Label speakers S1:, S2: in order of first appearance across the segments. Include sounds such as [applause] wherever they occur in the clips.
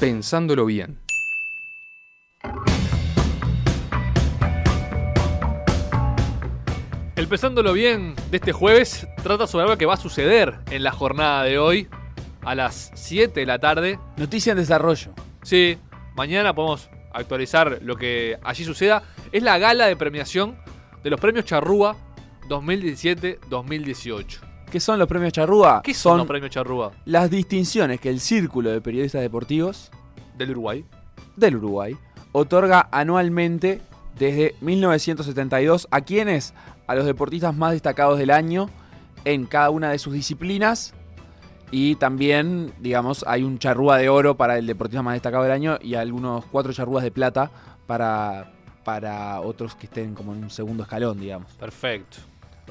S1: pensándolo bien.
S2: El Pensándolo Bien de este jueves trata sobre algo que va a suceder en la jornada de hoy a las 7 de la tarde.
S3: Noticia en desarrollo.
S2: Sí, mañana podemos actualizar lo que allí suceda. Es la gala de premiación de los premios Charrúa 2017-2018.
S3: ¿Qué son los premios Charrúa?
S2: ¿Qué son los premios Charrúa
S3: las distinciones que el Círculo de Periodistas Deportivos
S2: del Uruguay?
S3: del Uruguay otorga anualmente desde 1972 a quienes a los deportistas más destacados del año en cada una de sus disciplinas y también digamos hay un charrúa de oro para el deportista más destacado del año y algunos cuatro charrúas de plata para para otros que estén como en un segundo escalón digamos
S2: Perfecto.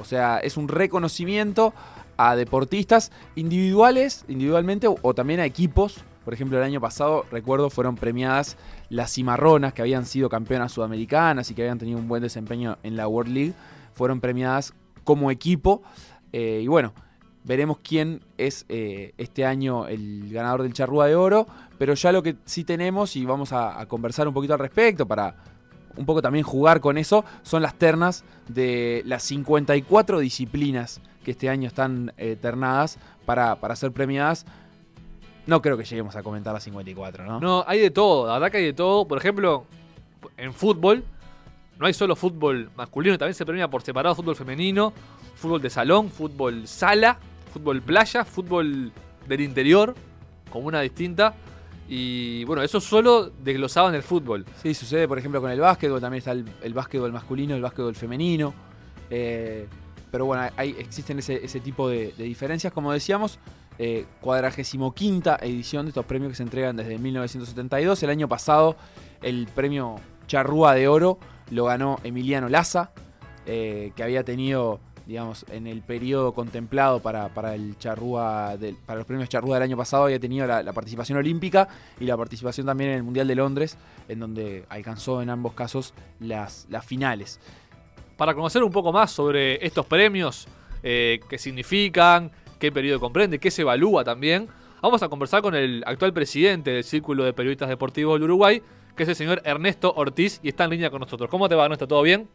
S3: o sea es un reconocimiento a deportistas individuales individualmente o, o también a equipos por ejemplo el año pasado recuerdo fueron premiadas las cimarronas que habían sido campeonas sudamericanas y que habían tenido un buen desempeño en la World League fueron premiadas como equipo. Eh, y bueno, veremos quién es eh, este año el ganador del Charrúa de Oro. Pero ya lo que sí tenemos, y vamos a, a conversar un poquito al respecto para un poco también jugar con eso, son las ternas de las 54 disciplinas que este año están eh, ternadas para, para ser premiadas. No creo que lleguemos a comentar las 54, ¿no?
S2: No, hay de todo, la verdad que hay de todo. Por ejemplo, en fútbol, no hay solo fútbol masculino, también se premia por separado fútbol femenino, fútbol de salón, fútbol sala, fútbol playa, fútbol del interior, como una distinta. Y bueno, eso solo desglosado en el fútbol.
S3: Sí, sucede por ejemplo con el básquetbol, también está el, el básquetbol masculino, el básquetbol femenino. eh, pero bueno, hay, existen ese, ese tipo de, de diferencias. Como decíamos, eh, cuadragésimo quinta edición de estos premios que se entregan desde 1972. El año pasado el premio Charrúa de Oro lo ganó Emiliano Laza, eh, que había tenido, digamos, en el periodo contemplado para, para el Charrúa del- para los premios Charrúa del año pasado, había tenido la- la participación olímpica y la participación también en el Mundial de Londres en donde alcanzó en ambos casos las, las finales.
S2: Para conocer un poco más sobre estos premios, eh, qué significan, qué periodo comprende, qué se evalúa también, vamos a conversar con el actual presidente del Círculo de Periodistas Deportivos del Uruguay, que es el señor Ernesto Ortiz, y está en línea con nosotros. ¿Cómo te va, Ernesto? ¿Todo bien?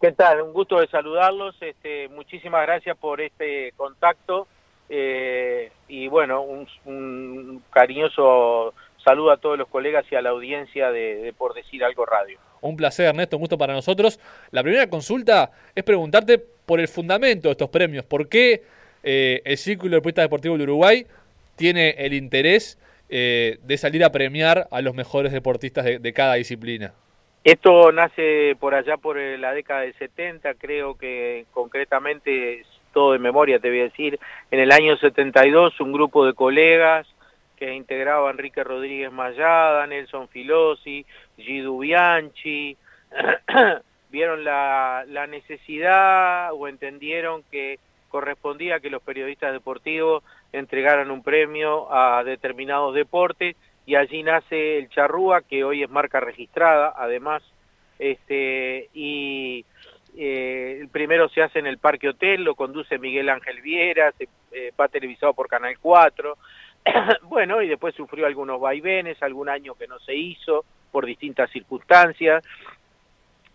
S4: ¿Qué tal? Un gusto de saludarlos. Este, muchísimas gracias por este contacto eh, y bueno, un, un cariñoso saludo a todos los colegas y a la audiencia de, de Por Decir Algo Radio.
S2: Un placer, Ernesto, un gusto para nosotros. La primera consulta es preguntarte por el fundamento de estos premios. ¿Por qué eh, el Círculo de Periodistas Deportivos del Uruguay tiene el interés eh, de salir a premiar a los mejores deportistas de- de cada disciplina?
S4: Esto nace por allá por eh, la década del 70, creo que concretamente, todo de memoria te voy a decir, en el año 72 un grupo de colegas que integraba Enrique Rodríguez Mayada, Nelson Filosi, Gidu Bianchi, [clears throat] vieron la, la necesidad o entendieron que correspondía que los periodistas deportivos entregaran un premio a determinados deportes y allí nace el charrúa, que hoy es marca registrada, además, este, y eh, el primero se hace en el Parque Hotel, lo conduce Miguel Ángel Viera, se, eh, va televisado por Canal 4, [clears throat] bueno, y después sufrió algunos vaivenes, algún año que no se hizo, por distintas circunstancias,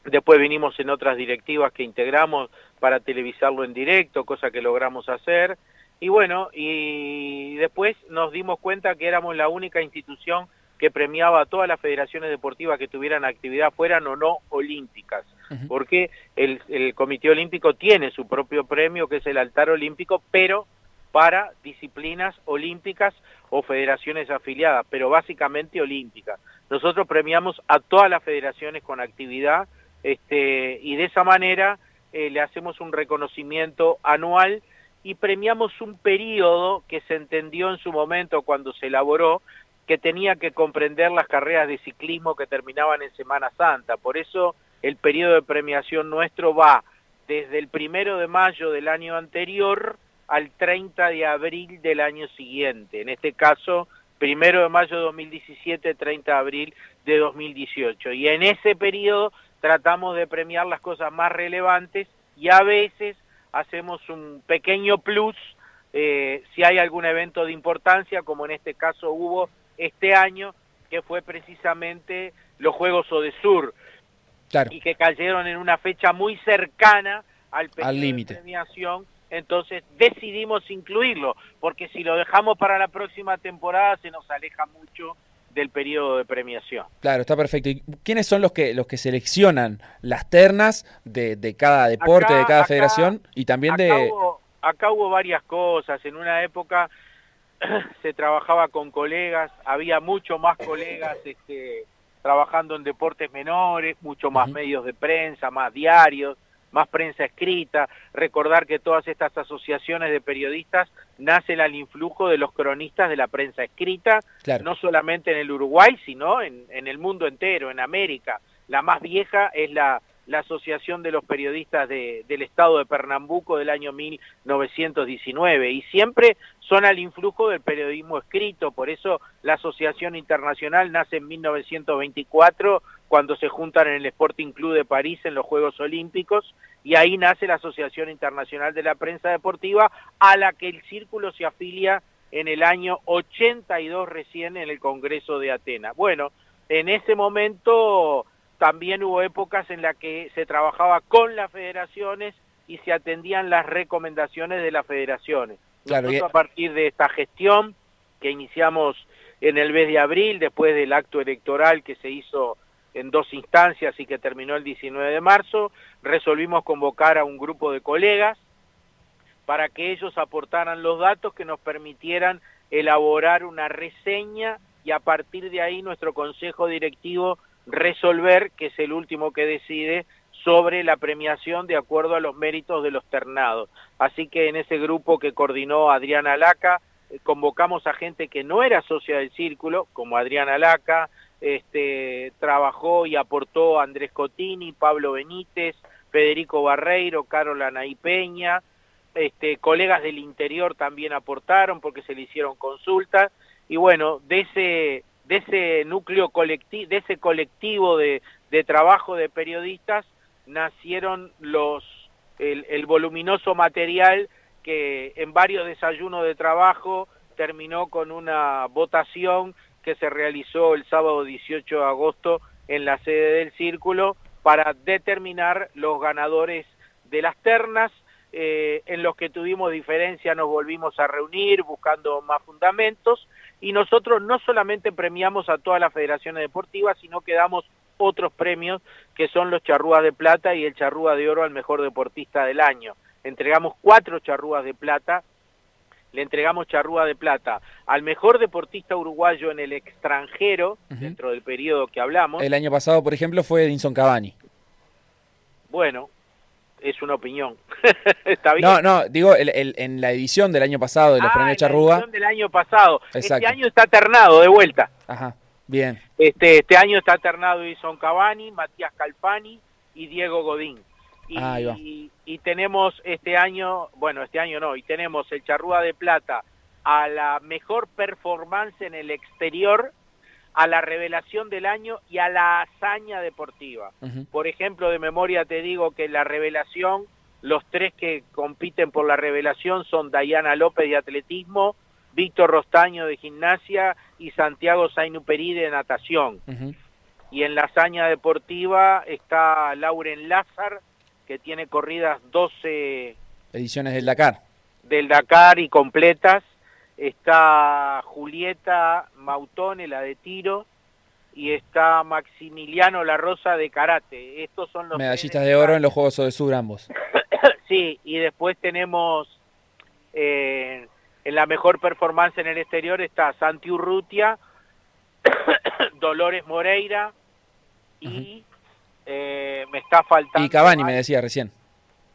S4: después vinimos en otras directivas que integramos para televisarlo en directo, cosa que logramos hacer, y bueno, y después nos dimos cuenta que éramos la única institución que premiaba a todas las federaciones deportivas que tuvieran actividad, fueran o no olímpicas,
S3: Ujú.
S4: porque el, el Comité Olímpico tiene su propio premio, que es el altar olímpico, pero para disciplinas olímpicas o federaciones afiliadas, pero básicamente olímpicas. Nosotros premiamos a todas las federaciones con actividad este, y de esa manera eh, le hacemos un reconocimiento anual y premiamos un periodo que se entendió en su momento cuando se elaboró que tenía que comprender las carreras de ciclismo que terminaban en Semana Santa. Por eso el periodo de premiación nuestro va desde el primero de mayo del año anterior al 30 de abril del año siguiente. En este caso, primero de mayo de 2017, 30 de abril de 2018. Y en ese periodo tratamos de premiar las cosas más relevantes y a veces hacemos un pequeño plus eh, si hay algún evento de importancia, como en este caso hubo este año, que fue precisamente los Juegos Odesur
S1: Claro.
S4: y que cayeron en una fecha muy cercana al periodo
S1: Al límite.
S4: de premiación, entonces decidimos incluirlo, porque si lo dejamos para la próxima temporada se nos aleja mucho del periodo de premiación.
S1: Claro, está perfecto. ¿Y quiénes son los que los que seleccionan las ternas de, de cada deporte,
S4: Acá-
S1: de cada
S4: acá-
S1: federación y también
S4: acá,
S1: de
S4: hubo, acá hubo varias cosas. En una época [clears throat] se trabajaba con colegas, había mucho más colegas este, trabajando en deportes menores, mucho más
S1: Ujú.
S4: medios de prensa, más diarios, más prensa escrita. Recordar que todas estas asociaciones de periodistas nacen al influjo de los cronistas de la prensa escrita,
S1: claro,
S4: no solamente en el Uruguay, sino en, en el mundo entero, en América. La más vieja es la, la Asociación de los Periodistas de- del Estado de Pernambuco del año 1919 y siempre son al influjo del periodismo escrito, por eso la Asociación Internacional nace en 1924 cuando se juntan en el Sporting Club de París en los Juegos Olímpicos y ahí nace la Asociación Internacional de la Prensa Deportiva a la que el círculo se afilia en el año 82 recién en el Congreso de Atenas. Bueno, en ese momento también hubo épocas en las que se trabajaba con las federaciones y se atendían las recomendaciones de las federaciones.
S1: Claro, y-
S4: Nosotros a partir de esta gestión que iniciamos en el mes de abril, después del acto electoral que se hizo en dos instancias y que terminó el 19 de marzo, resolvimos convocar a un grupo de colegas para que ellos aportaran los datos que nos permitieran elaborar una reseña y a partir de ahí nuestro consejo directivo resolver, que es el último que decide, sobre la premiación de acuerdo a los méritos de los ternados. Así que en ese grupo que coordinó Adriana Laca, eh, convocamos a gente que no era socia del círculo, como Adriana Laca, este, trabajó y aportó Andrés Cotini, Pablo Benítez, Federico Barreiro, Carol Anaí Peña, este, colegas del interior también aportaron porque se le hicieron consultas y bueno, de ese, de ese núcleo colectivo, de ese colectivo de, de trabajo de periodistas nacieron los, el, el voluminoso material que en varios desayunos de trabajo terminó con una votación que se realizó el sábado 18 de agosto en la sede del Círculo para determinar los ganadores de las ternas. eh, en los que tuvimos diferencia nos volvimos a reunir buscando más fundamentos y nosotros no solamente premiamos a todas las federaciones deportivas, sino que damos otros premios que son los charrúas de plata y el charrúa de oro al mejor deportista del año. Entregamos cuatro charrúas de plata, le entregamos charrúa de plata al mejor deportista uruguayo en el extranjero,
S1: Ujú.
S4: dentro del periodo que hablamos.
S1: el año pasado, por ejemplo, fue Edinson Cavani.
S4: Bueno, es una opinión. [laughs] Está bien.
S1: No, no, digo, el- el- en la edición del año pasado de los
S4: Ah, en la
S1: premios Charrúa.
S4: edición del año pasado. Este
S1: Exacto.
S4: año está ternado de vuelta.
S1: Ajá, bien,
S4: Este, este año está alternado Edison Cavani, Matías Calpani y Diego Godín. Y,
S1: Ahí va.
S4: y- y tenemos este año, bueno, este año no, y tenemos el Charrúa de Plata a la mejor performance en el exterior, a la revelación del año y a la hazaña deportiva.
S1: ujú,
S4: Por ejemplo, de memoria te digo que la revelación, los tres que compiten por la revelación son Dayana López de atletismo, Víctor Rostaño de gimnasia y Santiago Sainuperi de natación.
S1: ujú.
S4: Y en la hazaña deportiva está Lauren Lázar, que tiene corridas 12
S1: Ediciones del Dakar.
S4: del Dakar y completas. Está Julieta Mautone, la de tiro, y está Maximiliano La Rosa de karate. Estos son los
S1: Medallistas
S4: tres
S1: de oro en los Juegos de Sur ambos.
S4: Sí, y después tenemos eh, en la mejor performance en el exterior está Santi Urrutia, [coughs] Dolores Moreira y eh, me está faltando.
S1: Y Cavani
S4: más,
S1: me decía recién.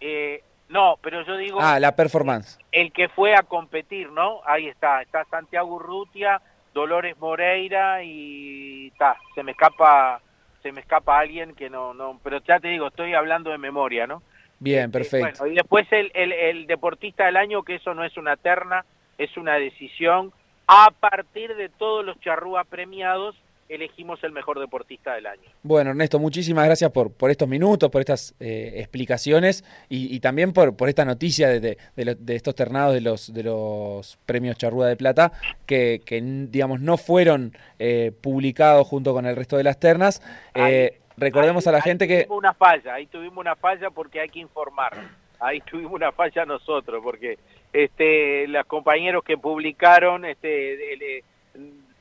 S4: eh, no, pero yo digo
S1: Ah, la performance.
S4: el que fue a competir, ¿no? Ahí está, está Santiago Urrutia, Dolores Moreira y está, se me escapa, se me escapa alguien que no, no, pero ya te digo, estoy hablando de memoria, ¿no?
S1: Bien,
S4: Este,
S1: perfecto.
S4: bueno, y después el, el- el deportista del año, que eso no es una terna, es una decisión a partir de todos los charrúas premiados elegimos el mejor deportista del año.
S1: Bueno, Ernesto, muchísimas gracias por, por estos minutos, por estas eh, explicaciones y, y también por, por esta noticia de, de, de lo- de estos ternados de los, de los premios Charrúa de Plata, que, que, digamos, no fueron eh, publicados junto con el resto de las ternas. Eh, recordemos
S4: Ahí-
S1: a la
S4: ahí
S1: gente que...
S4: Tuvimos una falla, ahí tuvimos una falla porque hay que informar. Ahí tuvimos una falla nosotros, porque este, los compañeros que publicaron este, el, eh,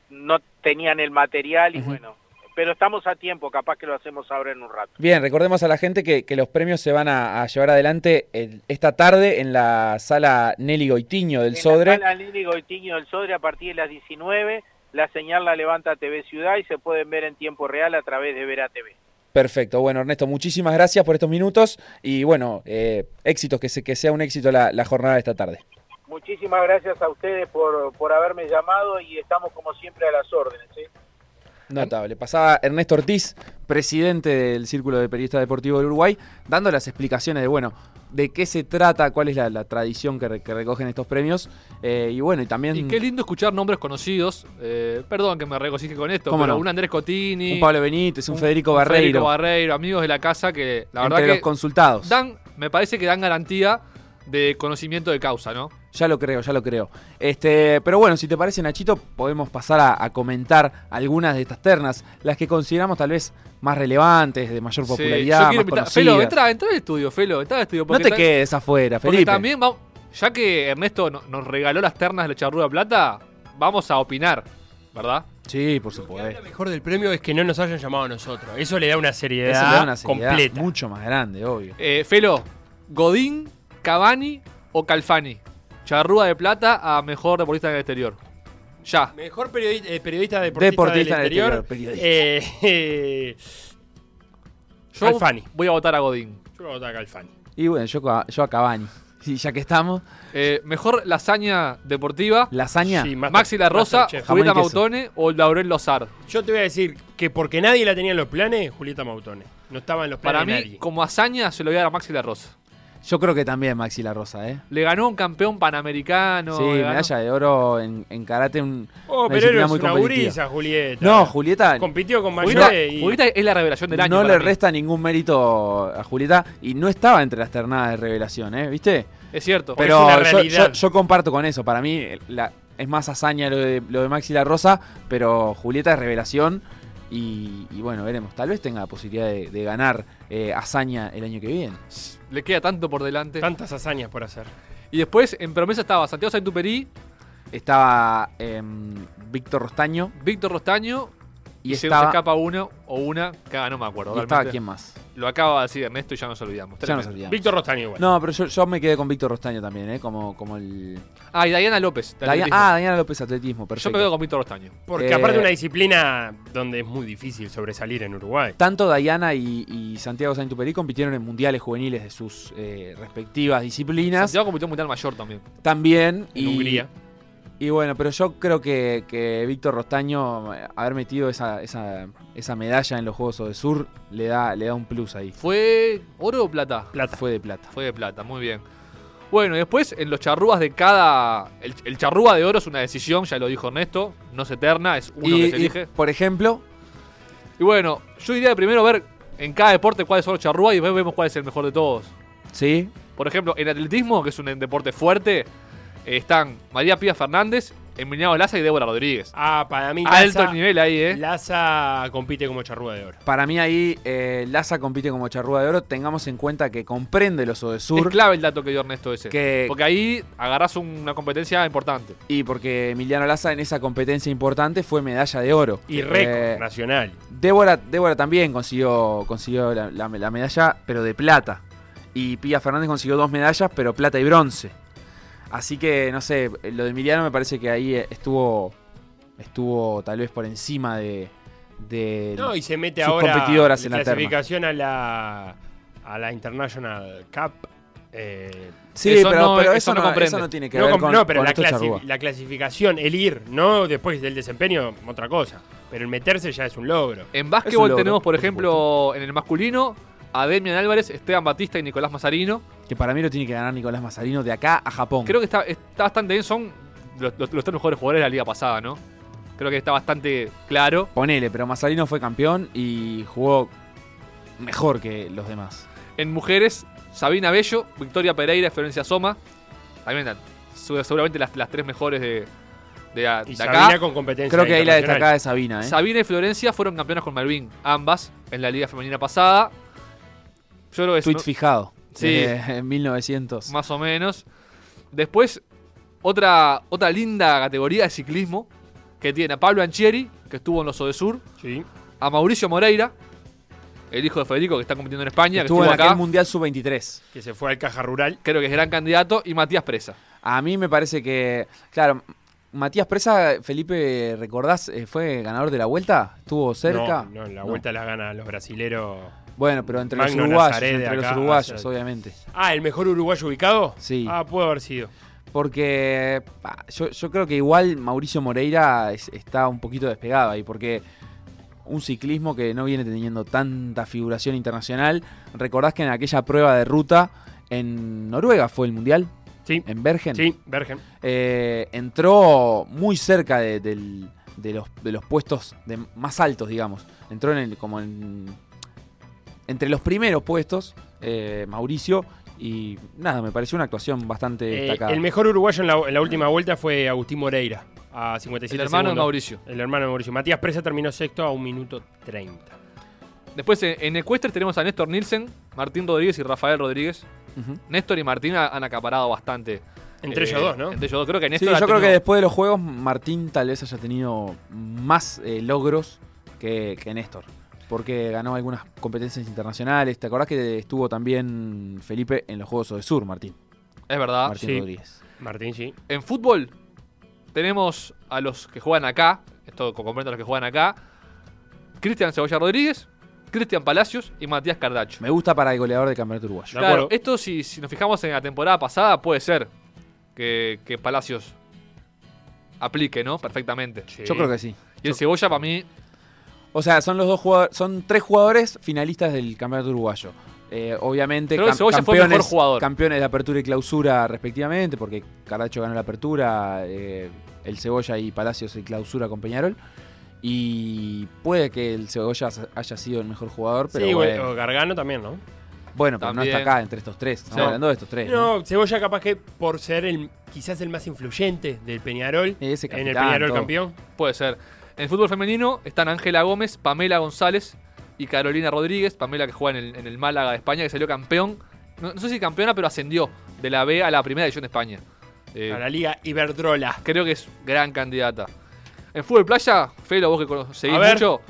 S4: no tenían el material y
S1: Ujú.
S4: bueno, pero estamos a tiempo, capaz que lo hacemos ahora en un rato.
S1: Bien, recordemos a la gente que, que los premios se van a, a llevar adelante el- esta tarde en la sala Nelly Goitiño del
S4: En la
S1: Sodre.
S4: sala Lili Goitiño del Sodre a partir de las 19, la señal la levanta TV Ciudad y se pueden ver en tiempo real a través de Vera TV.
S1: Perfecto. Bueno, Ernesto, muchísimas gracias por estos minutos y bueno, eh, éxitos, que, se, que sea un éxito la, la jornada de esta tarde.
S4: Muchísimas gracias a ustedes por, por haberme llamado y estamos como siempre a las órdenes. ¿sí?
S1: Notable. Pasaba Ernesto Ortiz.
S3: presidente del Círculo de Periodistas Deportivos del Uruguay, dando las explicaciones de, bueno, de qué se trata, cuál es la, la tradición que, re- que recogen estos premios. eh, y bueno, y también
S2: Y qué lindo escuchar nombres conocidos. Eh, perdón que me regocije con esto,
S3: ¿Cómo
S2: pero
S3: no?
S2: un Andrés Cotini,
S3: un Pablo Benítez, un,
S2: un-
S3: Federico
S2: un Federico
S3: Barreiro,
S2: Barreiro, amigos de la casa que la verdad
S3: entre los
S2: que
S3: consultados.
S2: dan, me parece que dan garantía de conocimiento de causa, ¿no?
S3: Ya lo creo, ya lo creo. Este, pero bueno, si te parece, Nachito, podemos pasar a, a comentar algunas de estas ternas, las que consideramos tal vez más relevantes, de mayor
S2: Sí,
S3: popularidad,
S2: yo
S3: más
S2: quiero invitar- Felo,
S3: conocidas.
S2: entra, entra al estudio, Felo, entra al estudio.
S3: no
S2: porque
S3: te
S2: ta-
S3: quedes afuera,
S2: porque
S3: Felipe.
S2: también vamos, ya que Ernesto no- nos regaló las ternas de la charrúa plata, vamos a opinar, ¿verdad?
S3: Sí, por
S5: Lo
S3: supuesto.
S5: mejor del premio es que no nos hayan llamado a nosotros. Eso le da una seriedad,
S3: Eso le da una seriedad
S5: completa.
S3: mucho más grande, obvio.
S2: Eh, Felo, Godín, Cavani o Calfani. Charrúa de plata a mejor deportista en el exterior. Ya.
S5: Mejor periodi- eh, periodista deportista,
S3: Deportista
S5: del
S3: en el exterior,
S5: exterior. Eh, [laughs] eh,
S2: Yo
S5: Calfani.
S2: voy a votar a Godín.
S5: yo lo voy a votar a Calfani.
S3: Y bueno, yo, co- yo a Cavani. [laughs] Y ya que estamos,
S2: Eh, mejor lasaña deportiva.
S3: lasaña.
S5: Sí, Master-
S2: Maxi La Rosa,
S5: Masterchef.
S3: Jamón
S2: Julieta
S3: y queso.
S2: Mautone o Laurel Lozar.
S5: Yo te voy a decir que porque nadie la tenía en los planes, Julieta Mautone. No estaba en los planes
S2: Para
S5: de
S2: mí,
S5: nadie.
S2: como hazaña, se lo voy a dar a Maxi La Rosa.
S3: Yo creo que también Maxi La Rosa, ¿eh?
S2: Le ganó un campeón panamericano.
S3: sí,
S2: le eh, ganó-
S3: medalla de oro en, en karate. Un,
S5: Oh,
S3: una
S5: pero
S3: disciplina
S5: eres
S3: muy
S5: una
S3: competitiva.
S5: guriza, Julieta.
S3: No, Julieta
S5: Compitió con
S2: Julieta,
S5: mayores y...
S2: Julieta es la revelación del año.
S3: no
S2: para
S3: le
S2: mí.
S3: resta ningún mérito a Julieta y no estaba entre las ternadas de revelación, ¿eh? ¿Viste?
S2: Es cierto.
S5: Porque
S3: Pero
S5: es una
S3: yo,
S5: realidad.
S3: yo- yo comparto con eso. Para mí la- es más hazaña lo de, lo de Maxi La Rosa, pero Julieta es revelación. Y, y bueno, veremos. Tal vez tenga la posibilidad de, de ganar eh, hazaña el año que viene.
S2: Le queda tanto por delante.
S5: Tantas hazañas por hacer.
S2: Y después, en promesa estaba Santiago Santuperí,
S3: Estaba em, Víctor Rostaño
S2: Víctor Rostaño.
S3: y,
S2: Y, se nos
S3: estaba,
S2: escapa uno o una que haga, no me acuerdo.
S3: y estaba
S2: realmente.
S3: quién más.
S2: Lo acaba de decir Ernesto y ya nos olvidamos.
S3: Ya nos
S2: Tremendo.
S3: olvidamos.
S5: Víctor Rostaño igual.
S3: No, pero yo, yo me quedé con Víctor Rostaño también, ¿eh? Como, como el...
S2: Ah, y Diana López. de
S3: Dai-
S2: atletismo.
S3: ah, Dayana López Atletismo,
S2: Yo
S3: perfecto.
S2: me quedo con Víctor Rostaño.
S5: Porque
S3: Eh,
S5: aparte una disciplina donde es muy difícil sobresalir en Uruguay.
S3: Tanto Dayana y, y Santiago Santuperi compitieron en mundiales juveniles de sus eh, respectivas disciplinas.
S2: Santiago compitió en Mundial Mayor también.
S3: También.
S5: En
S3: y,
S5: Hungría.
S3: Y bueno, pero yo creo que, que Víctor Rostaño, eh, haber metido esa, esa, esa medalla en los Juegos de Sur, le da, le da un plus ahí.
S2: ¿Fue oro o plata?
S5: Plata.
S3: Fue de plata.
S2: Fue de plata, muy bien. Bueno, y después en los charrúas de cada. El, el charrúa de oro es una decisión, ya lo dijo Ernesto. No es eterna, es uno que
S3: Y,
S2: se
S3: y,
S2: elige.
S3: por ejemplo,
S2: Y bueno, yo diría de primero ver en cada deporte cuáles son los charrúas y después vemos cuál es el mejor de todos.
S3: sí,
S2: Por ejemplo, en atletismo, que es un deporte fuerte, eh, están María Pía Fernández, Emiliano Laza y Débora Rodríguez.
S5: Ah, para mí
S2: Alto
S5: Laza-
S2: el nivel ahí, ¿eh?
S5: Laza compite como charrúa de oro.
S3: Para mí ahí eh, Laza compite como charrúa de oro. Tengamos en cuenta que comprende los de
S2: Es
S3: Sur.
S2: clave el dato que dio Ernesto ese.
S3: Que-
S2: Porque ahí agarras una competencia importante.
S3: Y porque Emiliano Laza en esa competencia importante fue medalla de oro.
S5: Y récord
S3: Eh,
S5: nacional.
S3: Débora, Débora también consiguió, consiguió la, la- la medalla, pero de plata. Y Pía Fernández consiguió dos medallas, pero plata y bronce. Así que, no sé, lo de Emiliano me parece que ahí estuvo, estuvo tal vez por encima de... de-
S5: No, y se mete
S3: sus
S5: ahora
S3: competidoras en la terna.
S5: clasificación a la a la International Cup. eh,
S3: sí,
S2: eso
S3: pero,
S2: no-
S3: pero
S2: eso
S3: eso,
S2: no
S3: no,
S2: comprende.
S3: eso no tiene que
S5: no,
S3: ver
S5: com-
S3: con,
S5: no, pero
S3: con
S5: la,
S3: estos
S5: clasi-
S3: charrúas.
S5: la clasificación, el ir, no después del desempeño, otra cosa. Pero el meterse ya es un logro.
S2: En básquetbol
S3: logro,
S2: tenemos, por
S3: por
S2: ejemplo, en el masculino, a Demian Álvarez, Esteban Batista y Nicolás Mazarino.
S3: Que para mí lo tiene que ganar Nicolás Mazarino de acá a Japón.
S2: Creo que está, está bastante bien, son los, los- los tres mejores jugadores de la liga pasada, ¿no? creo que está bastante claro.
S3: Ponele, pero Mazarino fue campeón y jugó mejor que los demás.
S2: En mujeres, Sabina Bello, Victoria Pereira y Florencia Soma. También su- seguramente las, las tres mejores de, de a-
S5: Y
S2: de
S5: Sabina
S2: acá.
S5: con competencia.
S3: Creo que ahí la destacada
S5: internacional.
S3: es Sabina, ¿eh?
S2: Sabina y Florencia fueron campeonas con Malvin, ambas, en la liga femenina pasada. Yo creo que es-
S3: Tweet
S2: no-
S3: fijado. Eh,
S2: Sí.
S3: desde 1900.
S2: más o menos. Después, otra, otra linda categoría de ciclismo que tiene a Pablo Anchieri, que estuvo en los Odesur,
S5: Sí.
S2: a Mauricio Moreira, el hijo de Federico que está compitiendo en España,
S3: Estuvo
S2: que
S3: en
S2: estuvo acá,
S3: aquel Mundial Sub-23.
S5: Que se fue al caja rural.
S2: creo que es gran candidato, y Matías Presa.
S3: A mí me parece que, claro, Matías Presa, Felipe, ¿recordás? eh, ¿Fue ganador de la vuelta? ¿Estuvo cerca?
S5: No, no, en la
S3: No.
S5: vuelta la gana los brasileros.
S3: Bueno, pero entre los
S5: Magno
S3: uruguayos,
S5: Nazaret de
S3: entre los
S5: acá,
S3: uruguayos,
S5: hacia-
S3: obviamente.
S5: Ah, ¿el mejor uruguayo ubicado?
S3: Sí.
S5: Ah, puede haber sido.
S3: Porque pa, yo, yo creo que igual Mauricio Moreira es- está un poquito despegado ahí, porque un ciclismo que no viene teniendo tanta figuración internacional. ¿Recordás que en aquella prueba de ruta en Noruega fue el Mundial?
S5: Sí.
S3: En Bergen.
S5: Sí, Bergen.
S3: eh, entró muy cerca de, del- de los, de los puestos de- más altos, digamos. Entró en el- como en- entre los primeros puestos, eh, Mauricio, y nada, me pareció una actuación bastante
S5: Eh,
S3: destacada.
S5: el mejor uruguayo en la, en la última vuelta fue Agustín Moreira, a 57
S2: el hermano de
S5: segundos.
S2: Mauricio.
S5: El hermano de Mauricio. Matías Presa terminó sexto a 1 minuto 30.
S2: Después eh, en, en ecuestres tenemos a Néstor Nielsen, Martín Rodríguez y Rafael Rodríguez.
S3: Ujú.
S2: Néstor y Martín ha- han acaparado bastante.
S5: Entre
S2: eh,
S5: ellos dos, ¿no?
S2: Entre ellos dos. Creo que
S3: Sí,
S2: Néstor
S3: yo
S2: ha
S3: creo que
S2: tenido-
S3: después de los juegos, Martín tal vez haya tenido más eh, logros que, que Néstor. Porque ganó algunas competencias internacionales. ¿Te acordás que estuvo también Felipe en los Juegos del Sur, Martín?
S2: Es verdad.
S3: Martín
S5: Ah, sí.
S3: Rodríguez.
S5: Martín, sí.
S2: En fútbol tenemos a los que juegan acá, esto co- comprende a los que juegan acá, Cristian Cebolla Rodríguez, Cristian Palacios y Matías Cardacho.
S3: Me gusta para el goleador del campeonato uruguayo.
S5: De
S2: Claro,
S5: acuerdo.
S2: esto si, si nos fijamos en la temporada pasada puede ser que, que Palacios aplique, ¿no? Perfectamente.
S3: Yo creo que sí.
S2: Y el Cebolla para mí,
S3: O sea, son los dos jugadores, son tres jugadores finalistas del campeonato uruguayo. Eh, obviamente,
S2: Creo que Cebolla fue mejor jugador.
S3: campeones de apertura y clausura respectivamente, porque Cardacho ganó la apertura, eh, el Cebolla y Palacios el clausura con Peñarol. Y puede que el Cebolla haya sido el mejor jugador, pero
S5: Sí, oh,
S3: bueno,
S5: bueno, Gargano también, ¿no?
S3: Bueno, pero no
S2: También.
S3: está acá entre estos tres. Estamos
S2: No.
S3: hablando de estos tres. ¿no?
S5: No, Cebolla capaz que por ser el quizás el más influyente del Peñarol.
S3: Ese
S5: en el
S3: capitán,
S5: Peñarol
S3: todo.
S5: campeón.
S2: puede ser. En el fútbol femenino están Ángela Gómez, Pamela González y Carolina Rodríguez, Pamela que juega en el, en el Málaga de España, que salió campeón, no, no sé si campeona, pero ascendió de la B a la primera división de España. Eh,
S5: A la Liga Iberdrola.
S2: creo que es gran candidata. En fútbol playa, Felo, vos que cono- seguís
S5: A ver.
S2: mucho,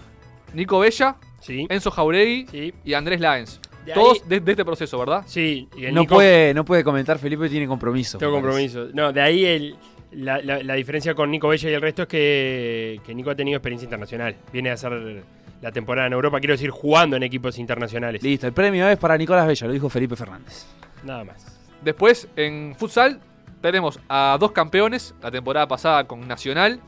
S2: Nico Bella,
S5: Sí.
S2: Enzo Jauregui
S5: Sí.
S2: y Andrés Láenz.
S5: De
S2: Todos
S5: ahí-
S2: de, de este proceso, ¿verdad?
S5: Sí, y el
S3: No
S5: Nico-
S3: puede, no puede comentar Felipe, tiene compromiso.
S5: Tengo
S3: me parece.
S5: compromiso. No, de ahí el- la, la- la diferencia con Nico Bella y el resto es que, que Nico ha tenido experiencia internacional. Viene a hacer la temporada en Europa, quiero decir, jugando en equipos internacionales.
S3: Listo, el premio es para Nicolás Bella, lo dijo Felipe Fernández.
S5: Nada más.
S2: Después, en futsal, tenemos a dos campeones, la temporada pasada con Nacional,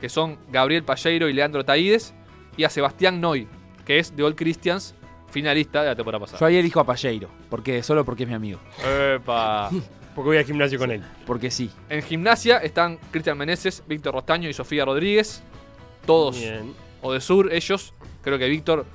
S2: que son Gabriel Palleiro y Leandro Taídes, y a Sebastián Noy, que es de All Christians, finalista de la temporada
S3: Yo
S2: pasada.
S3: ayer elijo a Palleiro, porque, solo porque es mi amigo.
S2: Epa.
S5: Porque voy al gimnasio con él.
S3: Porque sí.
S2: [laughs] En gimnasia están Cristian Meneses, Víctor Rostaño y Sofía Rodríguez. Todos
S5: Bien.
S2: o de sur, ellos. Creo que Víctor,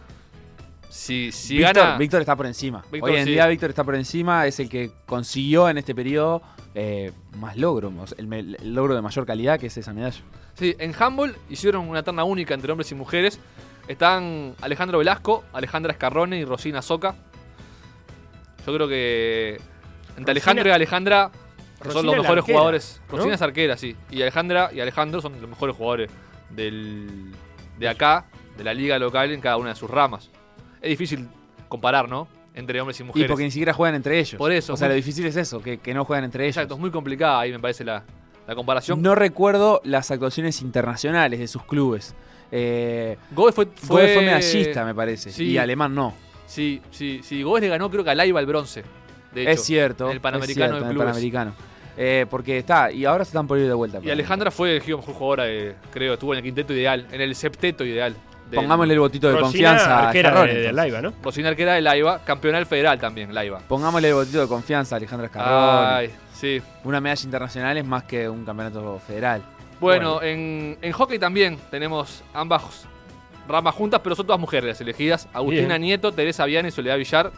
S2: si, si
S3: Víctor,
S2: gana.
S3: Víctor está por encima.
S2: Víctor,
S3: Hoy en
S2: sí.
S3: día Víctor está por encima, es el que consiguió en este periodo eh, más logro, o sea, el, me- el logro de mayor calidad que es esa medalla.
S2: Sí, en handball hicieron una terna única entre hombres y mujeres. Están Alejandro Velasco, Alejandra Escarrone y Rosina Soca. Yo creo que entre
S5: Rosina-
S2: Alejandro y Alejandra son
S5: Rosina
S2: los
S5: es la
S2: mejores
S5: arquera,
S2: jugadores.
S5: ¿no?
S2: Rosina es arquera, sí. Y Alejandra y Alejandro son los mejores jugadores del, de acá, de la liga local en cada una de sus ramas. Es difícil comparar, ¿no? Entre hombres y mujeres.
S3: Y porque ni siquiera juegan entre ellos.
S2: Por eso,
S3: O sea,
S2: muy-
S3: lo difícil es eso, que, que no juegan entre ellos.
S2: Exacto, es muy complicada ahí me parece la, la comparación.
S3: No recuerdo las actuaciones internacionales de sus clubes. Eh,
S2: Goes fue,
S3: Goe fue... medallista, me parece.
S2: Sí.
S3: Y alemán no.
S2: Sí, sí, sí. Goes le ganó creo que a Laiba el bronce. De hecho.
S3: es cierto.
S2: en el
S3: es
S2: Panamericano
S3: cierto,
S2: de
S3: en el
S2: clubes.
S3: Panamericano. Eh, porque está, y ahora se están por ir de vuelta.
S2: Y Alejandra fue el mejor jugadora, de- eh, creo, estuvo en el quinteto ideal, en el septeto ideal. del-
S3: Pongámosle el botito de
S5: Rosina,
S3: confianza. a
S5: arquera
S3: Scarrone,
S5: de, de
S3: entonces.
S5: Laiva, ¿no?
S2: Bocina arquera de Laiba, campeonal federal también, Laiba.
S3: Pongámosle el botito de confianza a Alejandra Escarrón.
S2: Ay, sí.
S3: Una medalla internacional es más que un campeonato federal.
S2: Bueno, En, en hockey también tenemos ambas ramas juntas, pero son todas mujeres las elegidas. Agustina
S5: Bien.
S2: Nieto, Teresa Viana y Soledad Villar,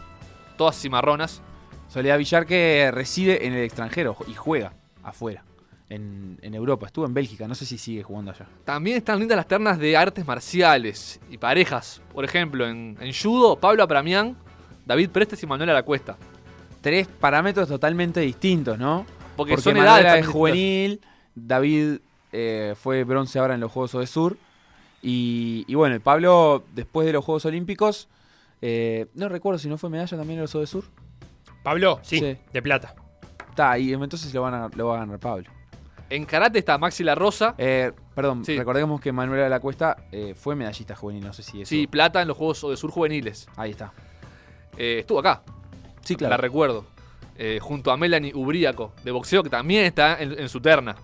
S2: todas cimarronas.
S3: Soledad Villar que reside en el extranjero y juega afuera, en, en Europa. Estuvo en Bélgica, no sé si sigue jugando allá.
S2: También están lindas las ternas de artes marciales y parejas. Por ejemplo, en, en judo, Pablo Apramián, David Prestes y Manuel Aracuesta.
S3: Tres parámetros totalmente distintos, ¿no?
S2: Porque,
S3: Porque,
S2: son
S3: Manuela
S2: edades
S3: es
S2: también
S3: juvenil, David eh, fue bronce ahora en los Juegos de Sur. Y, y bueno, y Pablo, después de los Juegos Olímpicos, eh, no recuerdo si no fue medalla también en los Juegos de Sur.
S5: Pablo, sí,
S3: Sí.
S5: de plata.
S3: Está, y entonces lo, van a- lo va a ganar Pablo.
S2: distintas. En karate está Maxi La Rosa,
S3: Eh, perdón,
S2: Sí.
S3: recordemos que Manuela de la Cuesta eh, fue medallista juvenil, no sé si eso.
S2: sí, plata en los Juegos de Sur Juveniles.
S3: Ahí está.
S2: Eh, estuvo acá,
S3: Sí,
S2: la
S3: claro.
S2: recuerdo. Eh, junto a Melanie Ubríaco, de boxeo, que también está en, en su terna.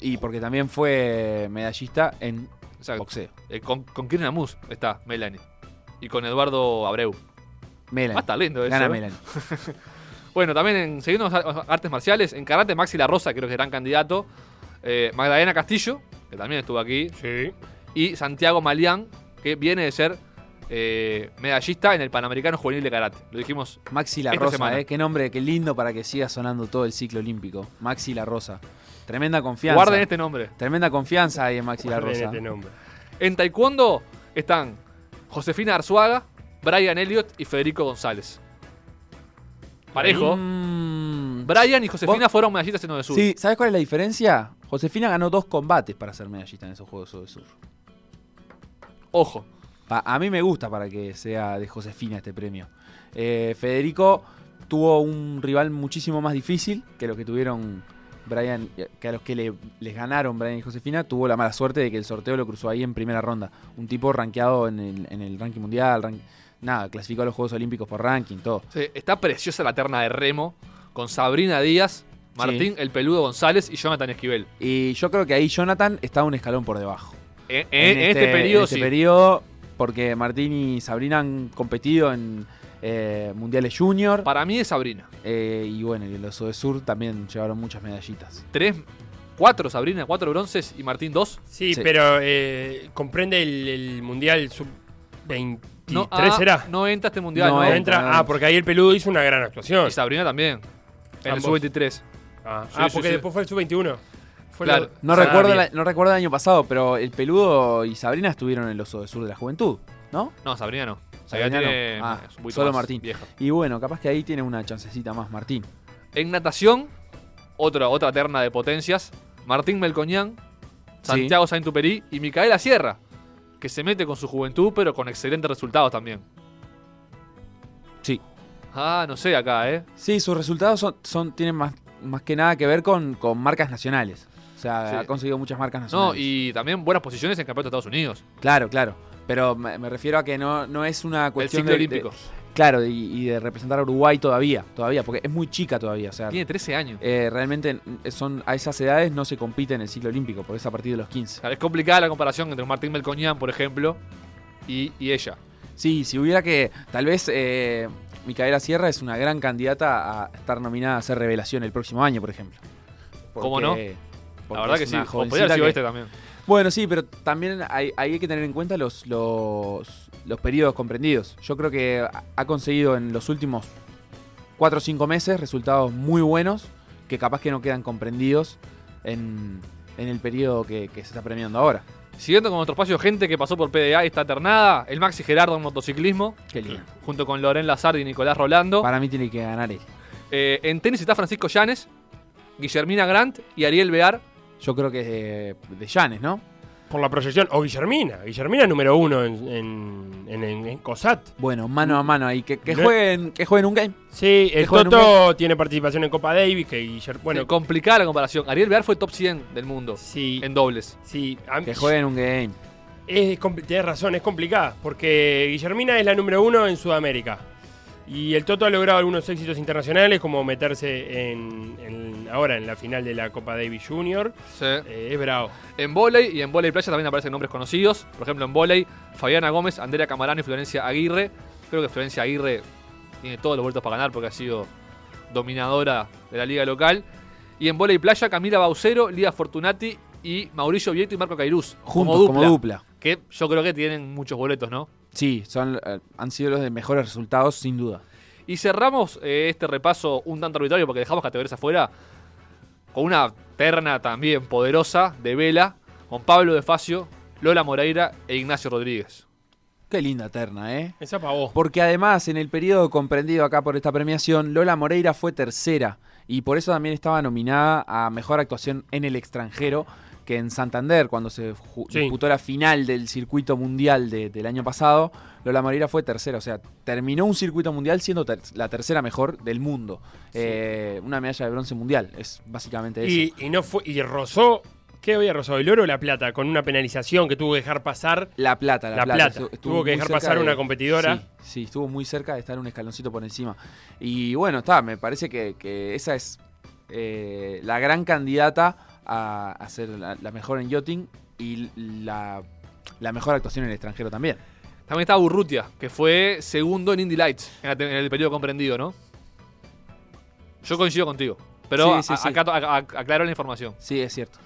S3: Y porque también fue medallista en
S2: Exacto.
S3: boxeo.
S2: Eh, con, con Kirna Mus está Melanie. Y con Eduardo Abreu.
S3: Melanie.
S2: Ah, está lindo eso.
S3: Gana
S2: ¿eh?
S3: Melanie.
S2: Bueno, también en, siguiendo las ar- artes marciales, en karate Maxi La Rosa, creo que es gran candidato. Eh, Magdalena Castillo, que también estuvo aquí.
S5: Sí.
S2: Y Santiago Malián, que viene de ser eh, medallista en el Panamericano Juvenil de Karate. Lo dijimos.
S3: Maxi La
S2: Esta
S3: Rosa,
S2: semana.
S3: eh, qué nombre, qué lindo para que siga sonando todo el ciclo olímpico. Maxi La Rosa. Tremenda confianza.
S2: Guarden este nombre.
S3: Tremenda confianza ahí en Maxi La
S5: Guarden
S3: Rosa.
S5: este nombre.
S2: En Taekwondo están Josefina Arzuaga, Brian Elliott y Federico González. Parejo.
S3: Mm,
S2: Brian y Josefina
S3: Vos-
S2: fueron medallistas en lo de sur.
S3: sí, ¿sabes cuál es la diferencia? Josefina ganó dos combates para ser medallista en esos Juegos del Sur.
S2: Ojo.
S3: Pa- a mí me gusta para que sea de Josefina este premio. Eh, Federico tuvo un rival muchísimo más difícil que los que tuvieron Brian, que a los que le- les ganaron Brian y Josefina, tuvo la mala suerte de que el sorteo lo cruzó ahí en primera ronda. Un tipo rankeado en el, en el ranking mundial, rank- nada, clasificó a los Juegos Olímpicos por ranking, todo.
S2: Sí, está preciosa la terna de remo con Sabrina Díaz, Martín El Peludo González y Jonathan Esquivel.
S3: Y yo creo que ahí Jonathan está un escalón por debajo.
S2: En, en- en este, periodo,
S3: en este
S2: sí.
S3: periodo, porque Martín y Sabrina han competido en eh, mundiales junior.
S2: Para mí es Sabrina.
S3: Eh, y bueno, y los de Sur también llevaron muchas medallitas.
S2: Tres, cuatro Sabrina, cuatro bronces y Martín dos.
S5: Sí,
S3: Sí.
S5: pero eh, comprende el, el Mundial Sub-23,
S2: No, ah,
S5: ¿será?
S2: No entra a este mundial.
S3: No
S2: No,
S5: No
S3: entra,
S5: entra.
S3: no
S5: ah,
S3: entra.
S5: porque ahí el peludo hizo una gran actuación.
S2: Y Sabrina también. En el
S5: Ambos.
S2: sub-23.
S5: Ah,
S2: Sí,
S5: ah,
S2: sí,
S5: porque
S2: sí.
S5: después fue el Sub-21. Fue
S2: Claro.
S5: lo-
S3: No,
S5: Ah,
S3: recuerdo
S5: bien.
S3: la- no recuerdo el año pasado, pero el peludo y Sabrina estuvieron en el Oso de Sur de la Juventud, ¿no?
S2: No, Sabrina no.
S3: Sabrina no.
S2: tiene-
S3: Ah,
S2: es un poquito
S3: solo
S2: más
S3: Martín.
S2: vieja.
S3: Y bueno, capaz que ahí tiene una chancecita más Martín.
S2: En natación, otra, otra terna de potencias. Martín Melcoñán, Santiago Saintuperí y Micaela Sierra, que se mete con su juventud, pero con excelentes resultados también.
S3: Sí.
S2: Ah, no sé acá, ¿eh?
S3: Sí, sus resultados son, son- tienen más, más que nada que ver con, con marcas nacionales. O sea,
S2: Sí.
S3: ha conseguido muchas marcas
S2: No,
S3: nacionales.
S2: y también buenas posiciones en campeonato de Estados Unidos.
S3: Claro, claro. Pero me, me refiero a que no, no es una
S2: El
S3: cuestión
S2: ciclo
S3: de- de-
S2: olímpico.
S3: claro, y, y de representar a Uruguay todavía, todavía, porque es muy chica todavía. O sea,
S2: Tiene 13 años.
S3: Eh, realmente son a esas edades no se compite en el ciclo olímpico, porque es a partir de los
S2: O
S3: 15.
S2: sea, es complicada la comparación entre un Martín Melcoñán, por ejemplo, y, y ella.
S3: Sí, si hubiera que. Tal vez eh, Micaela Sierra es una gran candidata a estar nominada a ser revelación el próximo año, por ejemplo.
S2: ¿Cómo no?
S3: Porque-
S2: La
S3: porque
S2: verdad
S3: es
S2: que sí.
S3: una
S2: O podría
S3: jovencita
S2: haber sido
S3: que-
S2: este también.
S3: Bueno, sí, pero también hay, ahí hay que tener en cuenta los, los, los periodos comprendidos. Yo creo que ha- ha conseguido en los últimos 4 o 5 meses resultados muy buenos que capaz que no quedan comprendidos en, en el periodo que- que se está premiando ahora.
S2: Siguiendo con nuestro espacio, gente que pasó por PDA y está ternada. El Maxi Gerardo en motociclismo,
S3: Qué lindo.
S2: junto con Loren Lazardi y Nicolás Rolando.
S3: Para mí tiene que ganar él.
S2: Eh, en tenis está Francisco Llanes, Guillermina Grant y Ariel Bear.
S3: Yo creo que es de, de Llanes, ¿no?
S5: Por la proyección. O Guillermina. Guillermina número uno en, en, en- en- en COSAT.
S3: Bueno, mano a mano ahí. Que, que
S5: No-
S3: jueguen, que jueguen un game.
S5: Sí, el
S3: Que juega en
S5: Toto tiene participación en Copa Davis. Que Guiller- Bueno,
S2: Bueno, Eh, complicada la comparación. Ariel Bear fue top 100 del mundo
S5: sí.
S2: en dobles.
S5: sí, a mí-
S3: Que jueguen un game.
S5: Es, compl- tenés razón, es complicada, porque Guillermina es la número uno en Sudamérica. Y el Toto ha logrado algunos éxitos internacionales, como meterse en, en- ahora en la final de la Copa Davis Junior. Eh, es bravo.
S2: En volei y en volei playa también aparecen nombres conocidos. Por ejemplo, en volei, Fabiana Gómez, Andrea Camarano y Florencia Aguirre. Creo que Florencia Aguirre tiene todos los vueltos para ganar porque ha sido dominadora de la liga local. Y en volei playa, Camila Baucero, Lía Fortunati y Mauricio Vieto y Marco Cairuz.
S3: Juntos,
S2: como
S3: como
S2: dupla,
S3: dupla.
S2: Que yo creo que tienen muchos boletos, ¿no?
S3: Sí, son, eh, han sido los de mejores resultados, sin duda.
S2: Y cerramos eh, este repaso un tanto arbitrario porque dejamos categorías afuera con una terna también poderosa de vela con Pablo de Facio, Lola Moreira e Ignacio Rodríguez.
S3: Qué linda terna, ¿eh?
S5: Esa para vos.
S3: Porque además, en el periodo comprendido acá por esta premiación, Lola Moreira fue tercera y por eso también estaba nominada a Mejor Actuación en el extranjero que en Santander, cuando se ju-
S5: Sí.
S3: disputó la final del circuito mundial de- del año pasado, Lola Moreira fue tercera, o sea, terminó un circuito mundial siendo ter- la tercera mejor del mundo. Eh, una medalla de bronce mundial, es básicamente eso.
S5: Y, y no fue, y rozó, ¿qué había rozado? ¿El oro o la plata? Con una penalización que tuvo que dejar pasar.
S3: La plata, la,
S5: La
S3: plata.
S5: plata.
S3: Estu-
S5: Tuvo
S3: muy
S5: que dejar
S3: cerca
S5: pasar una competidora.
S3: Sí, sí, estuvo muy cerca de estar un escaloncito por encima. Y bueno, está, me parece que, que esa es eh, la gran candidata a, a ser la, la mejor en yachting y la, la mejor actuación en el extranjero también.
S2: También estaba Urrutia, que fue segundo en Indy Lights en, la te- en el periodo comprendido, ¿no? Yo coincido contigo, pero
S3: Sí, sí,
S2: a-
S3: sí.
S2: acá to- a- a- aclaro la información.
S3: Sí, es cierto.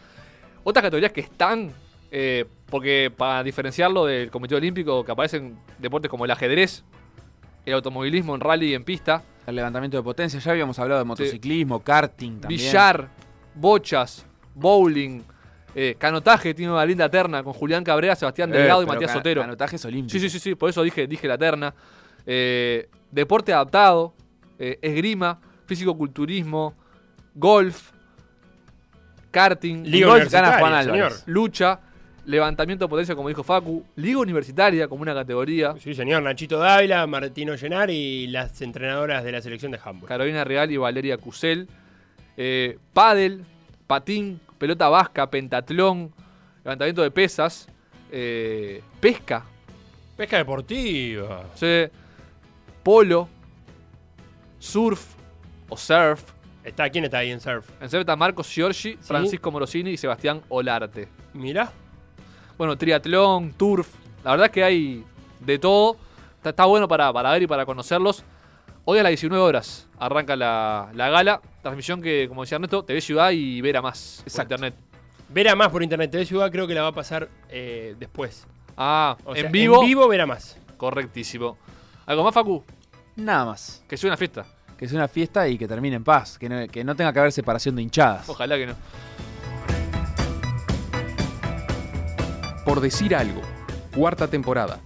S2: Otras categorías que están, eh, porque para diferenciarlo del Comité Olímpico, que aparecen deportes como el ajedrez, el automovilismo en rally y en pista,
S3: El levantamiento de potencia, ya habíamos hablado de motociclismo, karting también. Eh,
S2: billar, bochas, bowling, eh, canotaje, tiene una linda terna con Julián Cabrera, Sebastián
S3: Eh,
S2: Delgado y
S3: pero
S2: Matías
S3: ca-
S2: Sotero.
S3: Canotajes olímpicos.
S2: Sí, sí, sí, sí, por eso dije, dije la terna. Eh, deporte adaptado, eh, esgrima, físico-culturismo, golf, karting,
S5: Liga
S3: no
S5: Universitaria,
S3: gana Juan Álvarez.
S5: señor.
S2: lucha, levantamiento de potencia, como dijo Facu, liga universitaria como una categoría,
S5: Sí, señor. Nachito Dávila, Martino Llenar y las entrenadoras de la selección de handball.
S2: Carolina Real y Valeria Cusel, eh, pádel, patín, pelota vasca, pentatlón, levantamiento de pesas, eh, pesca,
S5: Pesca deportiva.
S2: sí, polo, surf o surf,
S5: Está, ¿Quién está ahí en surf?
S2: En Certa, Marcos Giorgi, Francisco Morosini y Sebastián Olarte.
S5: Mirá.
S2: Bueno, triatlón, turf. La verdad es que hay de todo. Está, está bueno para, para ver y para conocerlos. Hoy a las 19 horas arranca la, la gala. Transmisión que, como decía Ernesto, TV Ciudad y Vera Más. por
S3: Exacto.
S2: internet.
S5: Verá más por internet. TV Ciudad creo que la va a pasar eh, después.
S2: Ah,
S5: O
S2: en,
S5: sea,
S2: vivo,
S5: En vivo verá más.
S2: Correctísimo. ¿Algo más, Facu?
S3: Nada más.
S2: Que sea una fiesta.
S3: Que sea una fiesta y que termine en paz. Que no, que no tenga que haber separación de hinchadas.
S2: Ojalá que no.
S6: Por decir algo, cuarta temporada.